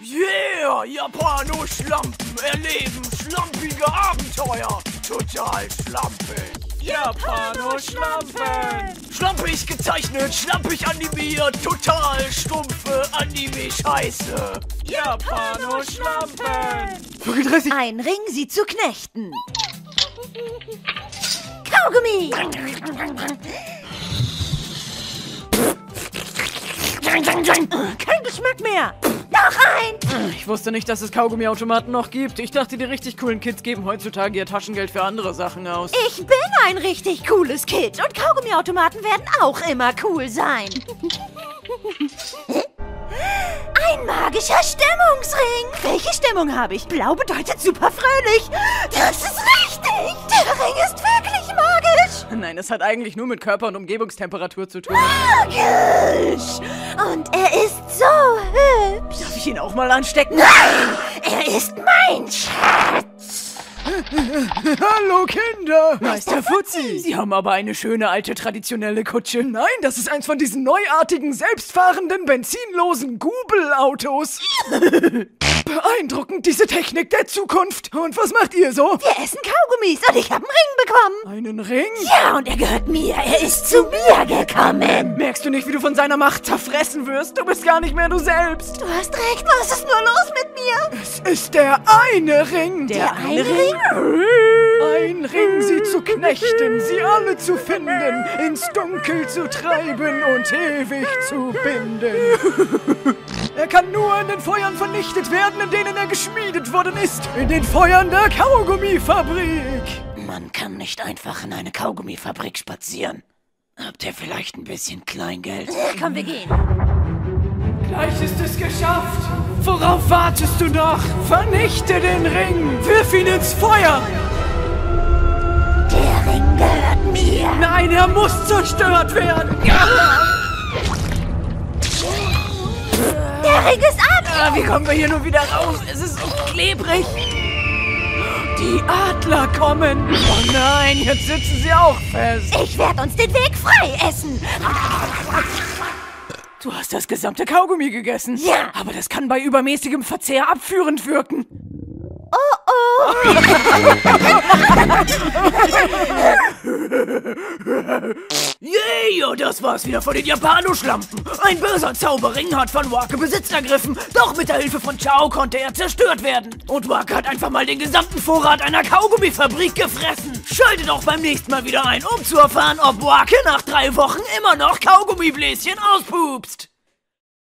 Yeah, Japano-Schlampen erleben schlampige Abenteuer. Total schlampig. Japano-Schlampen. Schlampig gezeichnet, schlampig animiert, total stumpfe Anime-Scheiße. Japano-Schlampen. Vogel 30. Ein Ring, sie zu knechten. Kaugummi! Kein Geschmack mehr! Noch ein! Ich wusste nicht, dass es Kaugummiautomaten noch gibt. Ich dachte, die richtig coolen Kids geben heutzutage ihr Taschengeld für andere Sachen aus. Ich bin ein richtig cooles Kid und Kaugummiautomaten werden auch immer cool sein. Ein magischer Stimmungsring. Welche Stimmung habe ich? Blau bedeutet super fröhlich. Das ist richtig. Der Ring ist wirklich magisch. Nein, es hat eigentlich nur mit Körper- und Umgebungstemperatur zu tun. Magisch. Und er ist so hübsch. Darf ich ihn auch mal anstecken? Nein, er ist mein Schatz. Hallo Kinder! Meister Fuzzi! Sie haben aber eine schöne alte traditionelle Kutsche. Nein, das ist eins von diesen neuartigen, selbstfahrenden, benzinlosen Gubelautos. Beeindruckend, diese Technik der Zukunft. Und was macht ihr so? Wir essen Kaugummis und ich habe einen Einen Ring bekommen. Ring? Ja, und er gehört mir. Er ist zu mir gekommen. Merkst du nicht, wie du von seiner Macht zerfressen wirst? Du bist gar nicht mehr du selbst. Du hast recht, was ist nur los mit mir? Es ist der eine Ring. Der eine Ring? Ein Ring, sie zu knechten, sie alle zu finden, ins Dunkel zu treiben und ewig zu binden. Er kann nur in den Feuern vernichtet werden, in denen er geschmiedet worden ist. In den Feuern der Kaugummifabrik. Man kann nicht einfach in eine Kaugummifabrik spazieren. Habt ihr vielleicht ein bisschen Kleingeld? Komm, wir gehen. Gleich ist es geschafft. Worauf wartest du noch? Vernichte den Ring. Wirf ihn ins Feuer. Der Ring gehört mir. Nein, er muss zerstört werden. Der Ring ist ab. Ah, wie kommen wir hier nur wieder raus? Es ist so klebrig. Die Adler kommen. Oh nein, jetzt sitzen sie auch fest. Ich werde uns den Weg frei essen. Du hast das gesamte Kaugummi gegessen. Ja. Aber das kann bei übermäßigem Verzehr abführend wirken. Oh, Yeah, oh, das war's wieder von den Japanoschlampen. Ein böser Zauberring hat von Wake Besitz ergriffen. Doch mit der Hilfe von Chao konnte er zerstört werden. Und Wake hat einfach mal den gesamten Vorrat einer Kaugummifabrik gefressen. Schaltet auch beim nächsten Mal wieder ein, um zu erfahren, ob Wake nach drei Wochen immer noch Kaugummibläschen auspupst.